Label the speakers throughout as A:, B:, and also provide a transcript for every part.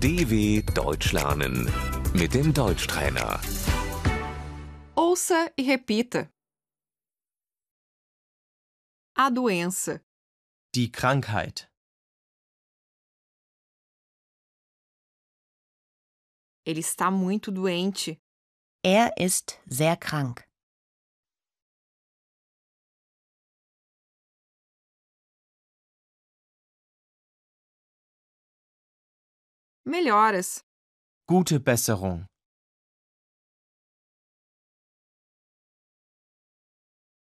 A: DW Deutsch lernen mit dem Deutschtrainer.
B: Ouça e repita. A doença,
C: Die Krankheit.
B: ele está muito doente.
D: Er ist sehr krank.
B: Melhoras,
C: Gute Besserung.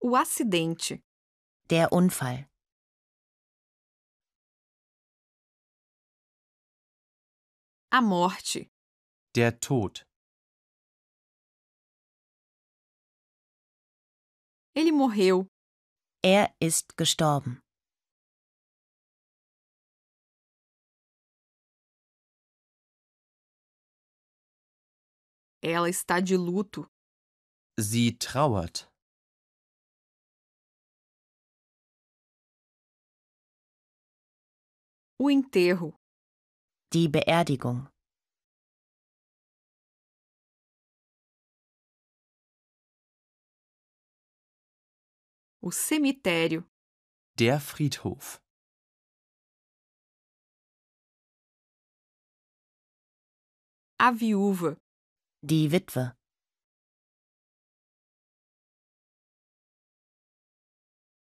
B: o acidente,
D: Der Unfall.
B: a morte,
C: Der Tod.
B: ele morreu.
D: Er ist gestorben.
B: Ela está de luto.
C: Sie trauert.
B: O enterro,
D: Die Beerdigung.
B: o cemitério,
C: Der Friedhof.
B: a viúva,
D: Die Witwe.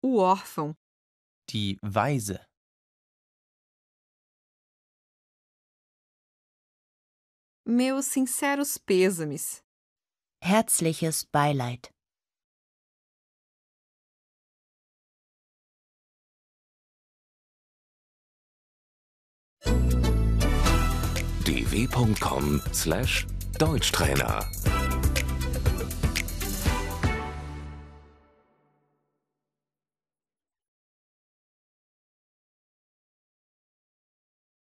B: o órfão,
C: Die Weise.
B: meus sinceros pêsames.
D: Herzliches Beileid.
A: dw.com/deutschtrainer